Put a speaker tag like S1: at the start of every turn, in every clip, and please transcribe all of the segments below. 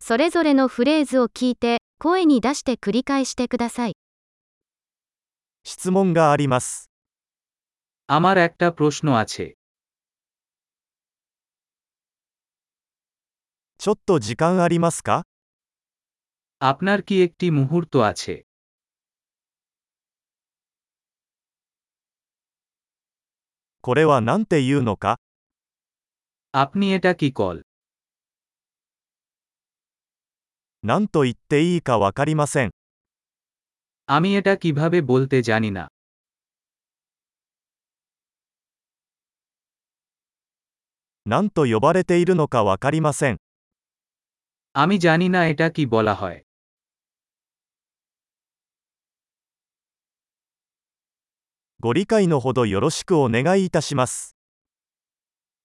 S1: それぞれのフレーズを聞いて、声に出して繰り返してください。
S2: 質問があります。
S3: আমার একটা প্রশ্ন আছে
S2: ちょっと時間ありますか
S3: আপনার কি একটি মুহূর্ত আছে
S2: これは何て言うのか
S3: আপনি এটা কি কল
S2: 何と言っていいかわかりません。
S3: আমি এটা কিভাবে বলতে জানি না
S2: 何と呼ばれているのかわかりません。
S3: আমি জানি না এটা কি বলা হয়
S2: ご理解のほどよろしくお願いいたします。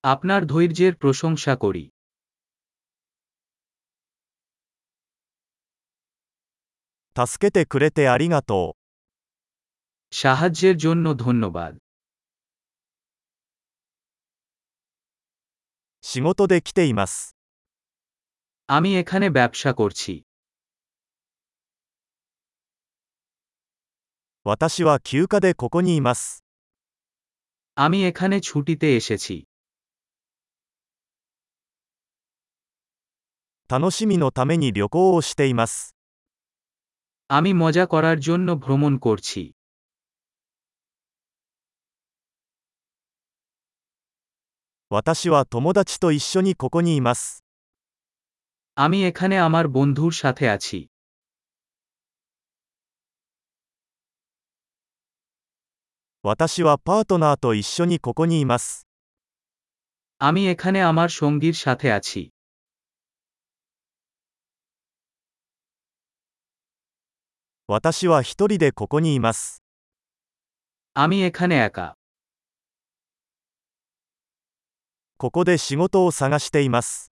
S3: আপনার ধৈর্যের প্রশংসা করি
S2: 助けてくれてありがと
S3: সাহায্যের জন্য ধন্যবাদ
S2: う。仕事で来ています。
S3: আমি এখানে ব্যবসা করছি
S2: 私は休暇でここにいます。
S3: আমি এখানে ছুটিতে এসেছি
S2: 楽しみのために旅行をしています。
S3: আমি মজা করার জন্য ভ্রমণ করছি
S2: 私は友達と一緒にここにいます。
S3: আমি এখানে আমার বন্ধুর সাথে আছি
S2: 私はパートナーと一緒にここにいます。
S3: আমি এখানে আমার সঙ্গীর সাথে আছি
S2: 私は一人でここにいます。
S3: আমি এখানে একা
S2: ここで仕事を探しています。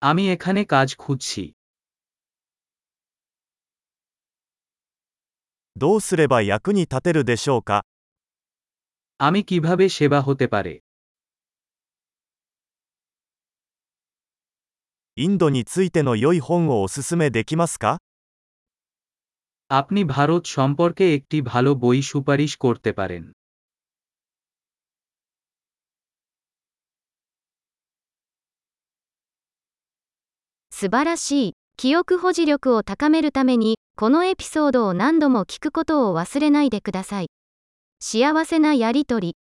S3: আমি এখানে কাজ খুঁজছি
S2: どうすれば役に立てるでしょうか
S3: আমি কিভাবে সেবা হতে পারে
S2: インドについての良い本をおすすめできますか
S3: আপনি ভারত সম্পর্কে একটি ভালো বই সুপারিশ করতে পারেন
S1: 素晴らしい。記憶保持力を高めるために、このエピソードを何度も聞くことを忘れないでください。幸せなやりとり。